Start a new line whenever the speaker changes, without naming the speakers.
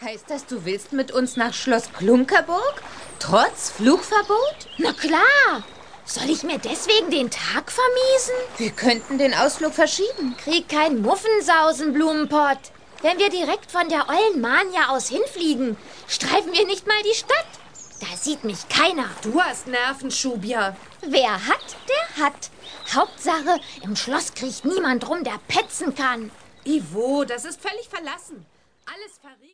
Heißt das, du willst mit uns nach Schloss Klunkerburg? Trotz Flugverbot?
Na klar. Soll ich mir deswegen den Tag vermiesen?
Wir könnten den Ausflug verschieben.
Krieg kein Muffensausen, Blumenpott. Wenn wir direkt von der ollen Mania aus hinfliegen, streifen wir nicht mal die Stadt. Da sieht mich keiner.
Du hast Nerven, Schubia.
Wer hat, der hat. Hauptsache, im Schloss kriecht niemand rum, der petzen kann.
Ivo, das ist völlig verlassen. Alles verriegelt.